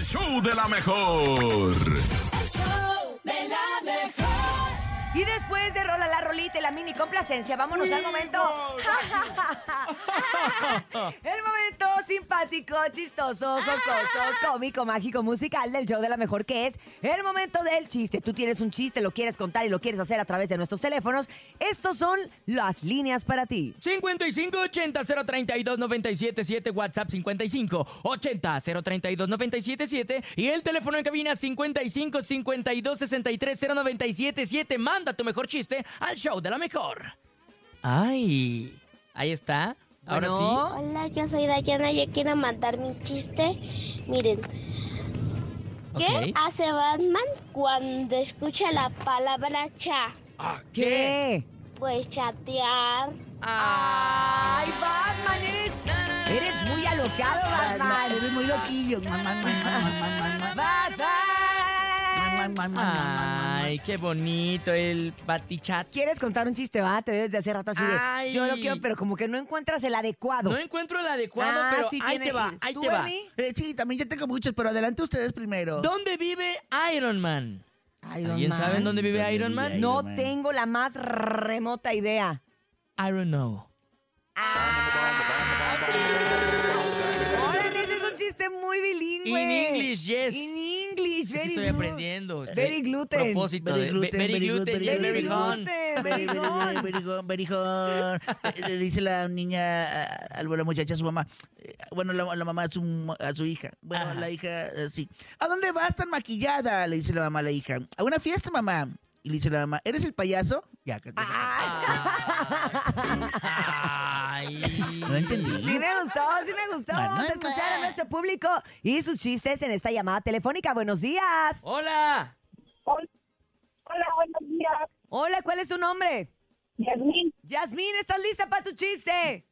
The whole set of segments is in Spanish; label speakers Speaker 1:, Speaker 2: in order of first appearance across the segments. Speaker 1: show de la mejor.
Speaker 2: Y después de rola la rolita y la mini complacencia, vámonos al momento. el momento simpático, chistoso, jocoso, cómico, mágico, musical del show de la mejor que es el momento del chiste. Tú tienes un chiste, lo quieres contar y lo quieres hacer a través de nuestros teléfonos. Estos son las líneas para ti.
Speaker 3: 5580-032-977, WhatsApp 5580-032-977 y el teléfono en cabina 5552-630977. Manda tu mejor chiste al show de la mejor. Ay, ahí está. Ahora
Speaker 2: Bueno.
Speaker 4: Hola, yo soy Dayana. Yo quiero mandar mi chiste. Miren,
Speaker 3: sí.
Speaker 4: ¿qué
Speaker 3: Ok.
Speaker 4: hace Batman cuando escucha la palabra cha?
Speaker 3: Ah,
Speaker 2: ¿Qué?
Speaker 4: Pues chatear.
Speaker 2: ¡Ay, Batman! Eres, Ah. eres muy alocado,
Speaker 3: Ah,
Speaker 2: Batman.
Speaker 5: Eres muy loquillo. Man, man, man, man, man, man, man, man,
Speaker 2: ¡Batman!
Speaker 5: man, man, man, man, man.
Speaker 3: Ay, qué bonito el batichat.
Speaker 2: ¿Quieres contar un chiste, va? Te veo desde hace rato así de,
Speaker 3: Ay.
Speaker 2: Yo lo quiero, pero como que no encuentras el adecuado.
Speaker 3: No encuentro el adecuado,
Speaker 2: Ah,
Speaker 3: pero
Speaker 2: sí
Speaker 3: ahí
Speaker 2: tiene-
Speaker 3: te va, ahí
Speaker 2: ¿Tú,
Speaker 3: te va.
Speaker 2: Ernie?
Speaker 5: Eh, Sí, también yo tengo muchos, pero adelante ustedes primero.
Speaker 3: ¿Dónde vive Iron Man?
Speaker 5: Iron
Speaker 3: ¿Alguien
Speaker 5: Man.
Speaker 3: sabe en dónde vive Iron Man?
Speaker 5: Iron
Speaker 2: No
Speaker 5: Man.
Speaker 2: tengo la más remota idea.
Speaker 3: I don't know.
Speaker 2: Órale, ese es un chiste muy bilingüe.
Speaker 3: In English, yes.
Speaker 2: In English,
Speaker 3: Es que
Speaker 2: very
Speaker 3: estoy
Speaker 2: good.
Speaker 3: aprendiendo. estoy-
Speaker 2: Very gluten.
Speaker 3: Propósito
Speaker 5: Very
Speaker 3: de
Speaker 5: gluten,
Speaker 3: very
Speaker 5: very
Speaker 3: gluten,
Speaker 5: gluten,
Speaker 3: yes,
Speaker 2: Very
Speaker 3: very
Speaker 2: gluten,
Speaker 3: gone.
Speaker 2: very good.
Speaker 5: Berijón, berijón. Le Eh, dice la niña, a, a la muchacha a su mamá. eh, Bueno, la, la mamá a su, a su hija. Bueno,
Speaker 3: Ajá.
Speaker 5: la hija eh, sí. ¿A dónde vas tan maquillada? Le dice la mamá a la hija. A una fiesta, mamá. Y le dice la mamá, ¿eres el payaso? Ya, creo que se-
Speaker 3: Ay.
Speaker 5: no entendí.
Speaker 2: Sí me gustó, sí me gustó. Vamos
Speaker 3: pues,
Speaker 2: a escuchar
Speaker 3: eh.
Speaker 2: a nuestro público y sus chistes en esta llamada telefónica. Buenos días.
Speaker 3: Hola.
Speaker 6: Hola, buenos días.
Speaker 2: Hola, ¿cuál es tu nombre?
Speaker 6: Yasmín,
Speaker 2: Yasmín, ¿estás lista para tu chiste?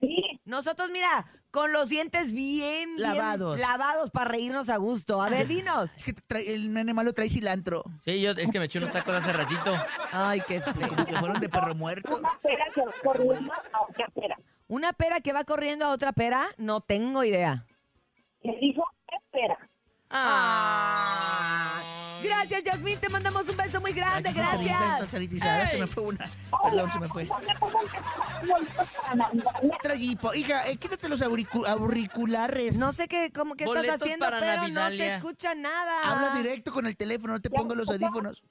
Speaker 6: sí,
Speaker 2: Nosotros, mira, con los dientes bien, bien
Speaker 5: Lavados.
Speaker 2: lavados para reírnos a gusto. A ver, dinos.
Speaker 5: Es que trae- el nene malo trae cilantro.
Speaker 3: Sí, yo es que me eché unos tacos hace ratito.
Speaker 2: Ay, qué feo.
Speaker 5: Como que fueron de perro muerto.
Speaker 6: una pera que va corriendo a otra pera.
Speaker 2: ¿Una pera que va corriendo a otra pera? No tengo idea.
Speaker 6: Le dijo, espera.
Speaker 2: Ah. Gracias, Yasmín. Te mandamos un beso muy grande.
Speaker 5: Ay, sí, sí, está
Speaker 2: Gracias.
Speaker 5: sanitizada, Se me fue una. Perdón, se me fue.
Speaker 6: ¿Por qué pongo que estás muerto para mandarme
Speaker 5: Traguipo. Hija, eh, quítate los auricu- auriculares.
Speaker 2: No sé qué, cómo que estás
Speaker 3: Boletos
Speaker 2: haciendo,
Speaker 3: para
Speaker 2: pero no se
Speaker 3: Navidalia.
Speaker 2: escucha nada.
Speaker 5: Habla directo con el teléfono, no te pongo los audífonos.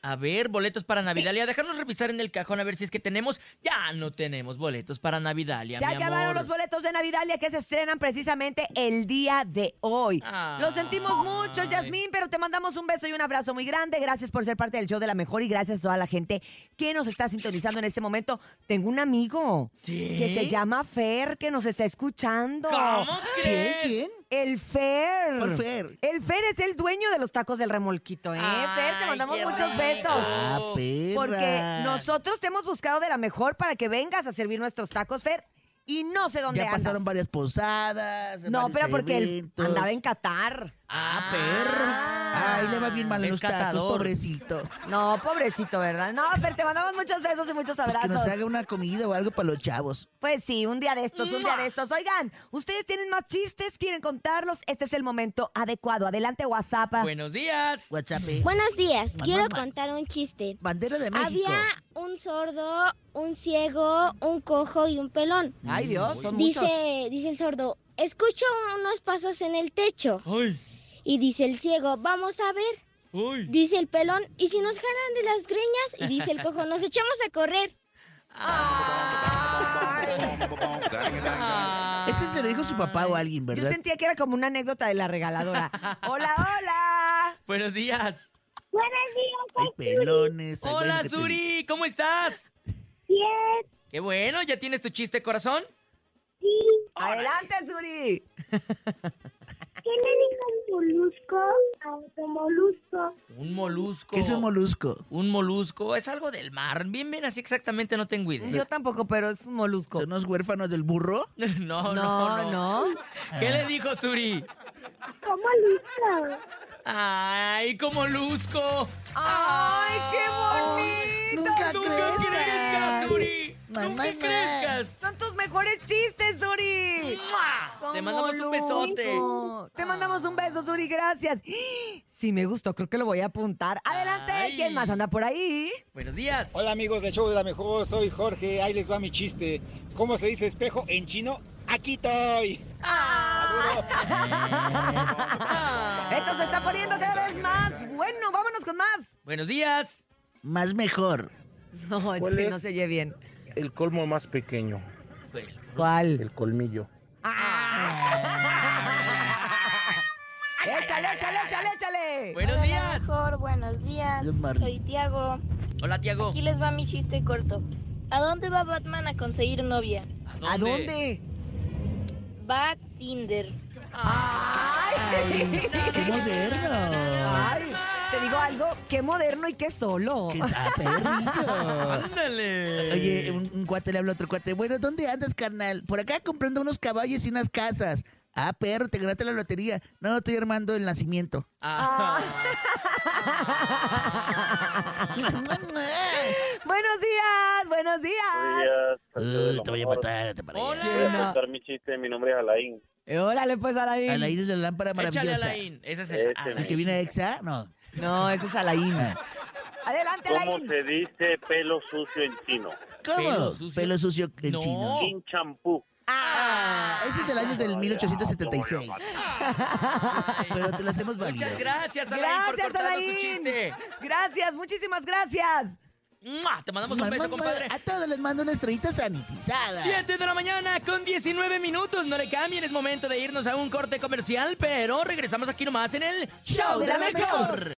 Speaker 3: A ver, boletos para Navidalia. Déjanos revisar en el cajón a ver si es que tenemos. Ya no tenemos boletos para Navidalia,
Speaker 2: Se
Speaker 3: mi
Speaker 2: acabaron
Speaker 3: amor.
Speaker 2: los boletos de Navidalia que se estrenan precisamente el día de hoy.
Speaker 3: Ah. Ay.
Speaker 2: Lo sentimos mucho, Yasmín, pero te mandamos un beso y un abrazo muy grande. Gracias por ser parte del show de la mejor y gracias a toda la gente que nos está sintonizando en este momento. Tengo un amigo
Speaker 3: ¿Sí?
Speaker 2: que se llama Fer que nos está escuchando.
Speaker 3: ¿Cómo
Speaker 5: ¿Quién?
Speaker 3: crees?
Speaker 5: ¿Quién?
Speaker 2: El Fer.
Speaker 5: ¿Cuál Fer?
Speaker 2: El Fer es el dueño de los tacos del remolquito, ¿eh?
Speaker 3: Ay,
Speaker 2: Fer, te mandamos
Speaker 3: qué
Speaker 2: muchos
Speaker 3: rico.
Speaker 2: besos.
Speaker 5: Ah, perra.
Speaker 2: Porque nosotros te hemos buscado de la mejor para que vengas a servir nuestros tacos, Fer, y no sé dónde
Speaker 5: Ya
Speaker 2: andas.
Speaker 5: pasaron varias posadas.
Speaker 2: No,
Speaker 5: varios
Speaker 2: pero porque él
Speaker 5: eventos.
Speaker 2: andaba en Ah. Qatar.
Speaker 3: Ah,
Speaker 5: Perro. Ay, le va bien mal a
Speaker 3: Es
Speaker 5: los tacos,
Speaker 3: catador.
Speaker 5: pobrecito.
Speaker 2: No, pobrecito, ¿verdad? No, Fer, te mandamos muchos besos y muchos
Speaker 5: Pues
Speaker 2: abrazos.
Speaker 5: que nos haga una comida o algo para los chavos.
Speaker 2: Pues sí, un día de estos, un día de estos. Oigan, ¿ustedes tienen más chistes? ¿Quieren contarlos? Este es el momento adecuado. Adelante, WhatsApp.
Speaker 3: Buenos días.
Speaker 5: WhatsApp.
Speaker 4: Buenos días,
Speaker 5: Mamá,
Speaker 4: quiero
Speaker 5: mamá.
Speaker 4: contar un chiste.
Speaker 5: Bandera de México.
Speaker 4: Había un sordo, un ciego, un cojo y un pelón.
Speaker 2: Ay, Dios, son muchos.
Speaker 4: Dice, dice el sordo, escucho unos pasos en el techo.
Speaker 3: Ay,
Speaker 4: Y dice el ciego, vamos a ver.
Speaker 3: ay.
Speaker 4: Dice el pelón, ¿y si nos jalan de las greñas? Y dice el cojo, nos echamos a correr.
Speaker 3: Ah.
Speaker 5: Ese se lo dijo su papá o alguien,
Speaker 2: Yo
Speaker 5: ¿verdad?
Speaker 2: sentía que era como una anécdota de la regaladora. hola, hola.
Speaker 3: Buenos días.
Speaker 5: Hay pelones. hay
Speaker 3: Hola,
Speaker 5: varios que te-
Speaker 3: Suri, ¿cómo estás?
Speaker 6: bien?
Speaker 3: Qué bueno, ¿ya tienes tu chiste, corazón?
Speaker 2: Adelante, Suri.
Speaker 6: ¿Qué le dijo un molusco a otro molusco?
Speaker 3: Un molusco.
Speaker 5: ¿Qué es un molusco?
Speaker 3: Un molusco, es algo del mar. Bien, bien, así exactamente no tengo idea.
Speaker 2: Yo tampoco, pero es un molusco.
Speaker 5: ¿Son unos huérfanos del burro?
Speaker 3: No, no, no,
Speaker 2: no.
Speaker 3: ¿Qué le dijo Suri?
Speaker 6: ¿Cómo molusco?
Speaker 3: Ay, como molusco.
Speaker 2: ¡Ay, qué bonito!
Speaker 5: Nunca
Speaker 3: ¡Nunca
Speaker 5: crezcas.
Speaker 3: crezcas, Suri!
Speaker 5: mamá.
Speaker 3: ¡Nunca crezcas!
Speaker 2: Son tus mejores chistes, Suri.
Speaker 3: ¡Mua! Te
Speaker 2: ¿Cómo
Speaker 3: mandamos
Speaker 2: lo
Speaker 3: un besote.
Speaker 2: hizo? Te mandamos un beso, Suri, gracias. Sí, me gustó, creo que lo voy a apuntar. Adelante,
Speaker 3: Ay.
Speaker 2: ¿quién más anda por ahí?
Speaker 3: Buenos días.
Speaker 7: Hola amigos del show de la mejor, soy Jorge, ahí les va mi chiste. ¿Cómo se dice espejo en chino? Aquí estoy.
Speaker 3: Ah.
Speaker 2: Esto se está poniendo cada vez más bueno. Vámonos con más.
Speaker 3: Buenos días.
Speaker 5: Más mejor.
Speaker 2: No, es
Speaker 8: ¿Cuál
Speaker 2: que
Speaker 8: es?
Speaker 2: no se oye bien.
Speaker 8: El colmo más pequeño,
Speaker 2: ¿Cuál?
Speaker 8: el colmillo.
Speaker 2: Ah. Échale, échale, échale, échale.
Speaker 3: Buenos días.
Speaker 4: Mejor, buenos días.
Speaker 5: Good morning.
Speaker 4: Soy Tiago.
Speaker 3: Hola, Tiago.
Speaker 4: Aquí les va mi chiste corto. ¿A dónde va Batman a conseguir novia?
Speaker 2: ¿A dónde?
Speaker 4: Va a Tinder.
Speaker 2: Ay,
Speaker 5: ¡Qué moderno!
Speaker 2: Ay, te digo algo, qué moderno y qué solo.
Speaker 5: ¡Qué saperrillo!
Speaker 3: ¡Ándale!
Speaker 5: Oye, un, un cuate le habla a otro cuate. Bueno, ¿dónde andas, carnal? Por acá comprando unos caballos y unas casas. Ah, perro, te ganaste la lotería. No, estoy armando el nacimiento.
Speaker 3: Ah.
Speaker 2: Buenos días, buenos
Speaker 9: Buenos
Speaker 2: días.
Speaker 9: días.
Speaker 5: Uh, te voy a matar, te parece.
Speaker 9: Voy a
Speaker 3: ¡Hola!
Speaker 9: contar mi chiste. Mi nombre es Alain.
Speaker 2: Eh, Órale, pues, Alain.
Speaker 5: Alain es la lámpara
Speaker 3: Échale
Speaker 5: maravillosa. Este,
Speaker 3: Alain. Ese es el
Speaker 9: Ese
Speaker 5: ¿El
Speaker 3: Alain.
Speaker 5: que viene a Exa? No.
Speaker 2: No, ese es Alain. Adelante,
Speaker 9: ¿Cómo
Speaker 2: Alain.
Speaker 9: se dice pelo sucio en chino?
Speaker 5: ¿Cómo?
Speaker 3: Pelo sucio.
Speaker 5: Pelo sucio en
Speaker 3: No.
Speaker 5: chino.
Speaker 9: Sin champú.
Speaker 2: Ah,
Speaker 5: Ese es del año Oh. del 1876. Pero te lo hacemos válido.
Speaker 3: Muchas gracias, Alain, por
Speaker 2: gracias,
Speaker 3: cortarnos
Speaker 2: Alain.
Speaker 3: tu chiste.
Speaker 2: Gracias, muchísimas gracias.
Speaker 3: ¡Mua! Te mandamos un beso,
Speaker 5: Mamá,
Speaker 3: compadre.
Speaker 5: A todos les mando una estrellita sanitizada.
Speaker 3: 7 de la mañana con 19 minutos. No le cambien, es momento de irnos a un corte comercial, pero regresamos aquí nomás en el Show de la Mejor.